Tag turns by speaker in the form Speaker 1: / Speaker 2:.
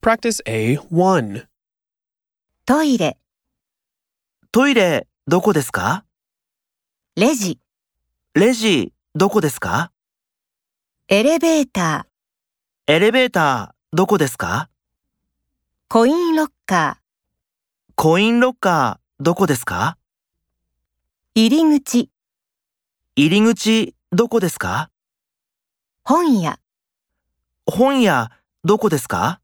Speaker 1: Practice A1.
Speaker 2: トイレ、
Speaker 3: トイレ、どこですか
Speaker 2: レジ、
Speaker 3: レジ、どこですか
Speaker 2: エレベータ
Speaker 3: エレベーター、どこですか
Speaker 2: ー、コインロッカ
Speaker 3: コインロッカー、どこですか
Speaker 2: ー、入り口、
Speaker 3: 入り口、どこですか
Speaker 2: 本屋。
Speaker 3: 本屋、どこですか